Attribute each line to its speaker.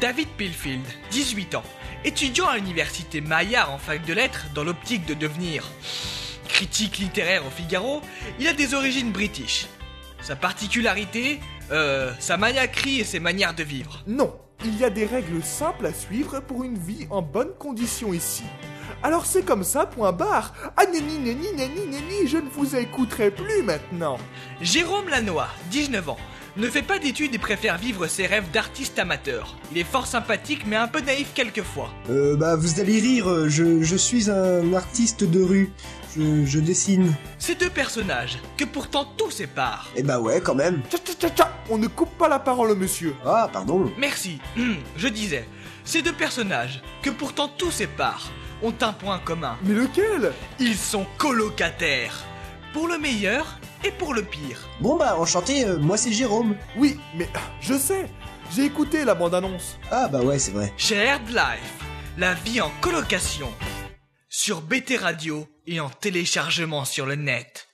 Speaker 1: David Pilfield, 18 ans, étudiant à l'université Maillard en fac de lettres dans l'optique de devenir critique littéraire au Figaro, il a des origines british. Sa particularité, euh, sa maniaquerie et ses manières de vivre.
Speaker 2: Non, il y a des règles simples à suivre pour une vie en bonne condition ici. Alors c'est comme ça, point barre. Ah nani nani nani nani, je ne vous écouterai plus maintenant.
Speaker 1: Jérôme Lanois, 19 ans, ne fait pas d'études et préfère vivre ses rêves d'artiste amateur. Il est fort sympathique mais un peu naïf quelquefois.
Speaker 3: Euh, bah, vous allez rire, je, je suis un artiste de rue. Je, je dessine.
Speaker 1: Ces deux personnages, que pourtant tout sépare.
Speaker 3: Eh bah ouais, quand même.
Speaker 2: Tcha tcha tcha tcha, on ne coupe pas la parole au monsieur.
Speaker 3: Ah, pardon.
Speaker 1: Merci, Hum, je disais, ces deux personnages, que pourtant tout sépare, ont un point commun.
Speaker 2: Mais lequel
Speaker 1: Ils sont colocataires. Pour le meilleur et pour le pire.
Speaker 3: Bon bah, enchanté, euh, moi c'est Jérôme.
Speaker 2: Oui, mais ah, je sais. J'ai écouté la bande-annonce.
Speaker 3: Ah bah ouais, c'est vrai.
Speaker 1: Shared Life, la vie en colocation. Sur BT Radio et en téléchargement sur le net.